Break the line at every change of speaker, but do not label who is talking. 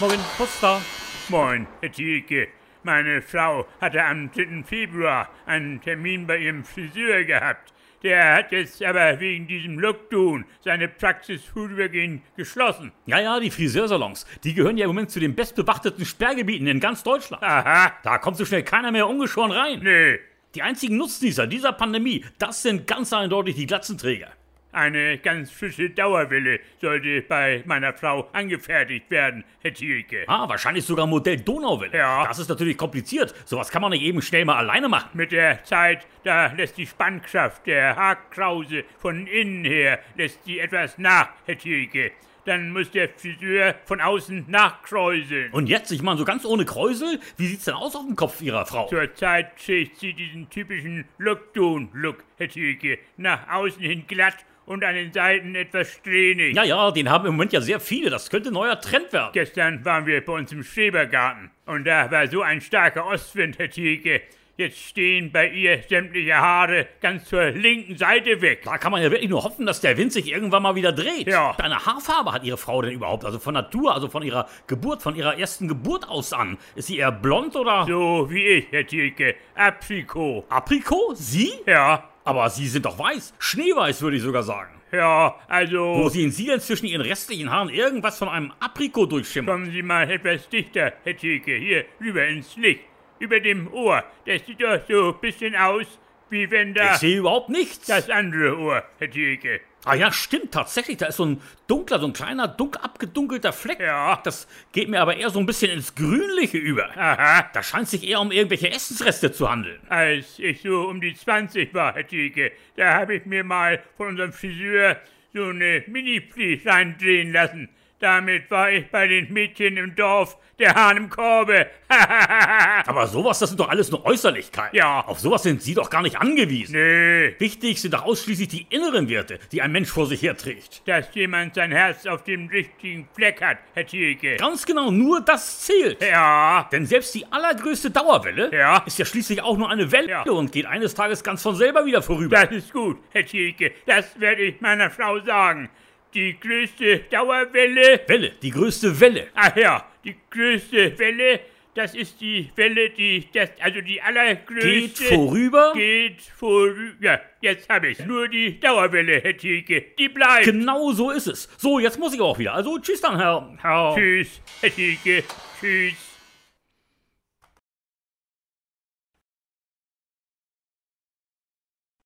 Moin, Potsdam.
Moin, Herr Thielke. Meine Frau hatte am 3. Februar einen Termin bei ihrem Friseur gehabt. Der hat jetzt aber wegen diesem Lockdown seine Praxis vorübergehend geschlossen.
Ja, ja, die Friseursalons, die gehören ja im Moment zu den bestbewachteten Sperrgebieten in ganz Deutschland.
Aha,
Da kommt so schnell keiner mehr ungeschoren rein.
nö.
Die einzigen Nutznießer dieser Pandemie, das sind ganz eindeutig die Glatzenträger.
Eine ganz frische Dauerwelle sollte bei meiner Frau angefertigt werden, Herr Thielke.
Ah, wahrscheinlich sogar Modell Donauwelle.
Ja.
Das ist natürlich kompliziert. Sowas kann man nicht eben schnell mal alleine machen.
Mit der Zeit, da lässt die Spannkraft der Haarkrause von innen her, lässt die etwas nach, Herr Thielke. Dann muss der Friseur von außen nachkräuseln.
Und jetzt, ich meine, so ganz ohne Kräusel, wie sieht's denn aus auf dem Kopf Ihrer Frau?
Zurzeit trägt sie diesen typischen Lockdown-Look, Herr Thielke. Nach außen hin glatt und an den Seiten etwas strähnig.
Ja, ja, den haben im Moment ja sehr viele. Das könnte ein neuer Trend werden.
Gestern waren wir bei uns im Schrebergarten und da war so ein starker Ostwind, Herr Thielke. Jetzt stehen bei ihr sämtliche Haare ganz zur linken Seite weg.
Da kann man ja wirklich nur hoffen, dass der Wind sich irgendwann mal wieder dreht.
Ja.
Deine Haarfarbe hat ihre Frau denn überhaupt? Also von Natur, also von ihrer Geburt, von ihrer ersten Geburt aus an. Ist sie eher blond oder
So wie ich, Herr Thielke. Aprikot.
Aprikot? Sie?
Ja,
Aber sie sind doch weiß. Schneeweiß würde ich sogar sagen.
ja,
Wo
also
sehen Sie denn zwischen Ihren restlichen Haaren irgendwas von einem Aprikot durchschimmern?
kommen Sie mal etwas dichter, Herr Thielke. Hier, rüber ins Licht. Über dem Ohr. Das sieht doch so ein bisschen aus, wie wenn da...
Ich sehe überhaupt nichts.
Das andere Ohr, Herr Thielke.
Ah ja, stimmt, tatsächlich. Da ist so ein dunkler, so ein kleiner, dunkel abgedunkelter Fleck.
Ja.
Das geht mir aber eher so ein bisschen ins Grünliche über.
Aha.
Da scheint es sich eher um irgendwelche Essensreste zu handeln.
Als ich so um die 20 war, Herr Thielke, da habe ich mir mal von unserem Friseur so eine Mini-Fleece reindrehen lassen. Damit war ich bei den Mädchen im Dorf der Hahn im Korbe.
Aber sowas, das sind doch alles nur Äußerlichkeiten.
Ja.
Auf sowas sind Sie doch gar nicht angewiesen.
Nö,
Wichtig sind doch ausschließlich die inneren Werte, die ein Mensch vor sich herträgt.
dass jemand sein Herz auf dem richtigen Fleck hat, Herr Thielke.
Ganz genau, nur das zählt.
Ja,
Denn selbst die allergrößte Dauerwelle
Ja.
ist ja schließlich auch nur eine Welle
Ja.
und geht eines Tages ganz von selber wieder vorüber.
das ist gut, Herr Thielke. Das werde ich meiner Frau sagen. Die größte Dauerwelle
Welle, die größte Welle.
Ach ja, die größte Welle, das ist die Welle, die, das, also die
Geht
allergrößte.
vorüber.
Geht vorüber. Jetzt habe ich nur die Dauerwelle, Herr Thielke. Die bleibt.
Genau so ist es. So, jetzt muss ich auch wieder. Also tschüss dann, Herr. Herr.
Tschüss, Herr Thielke. Tschüss.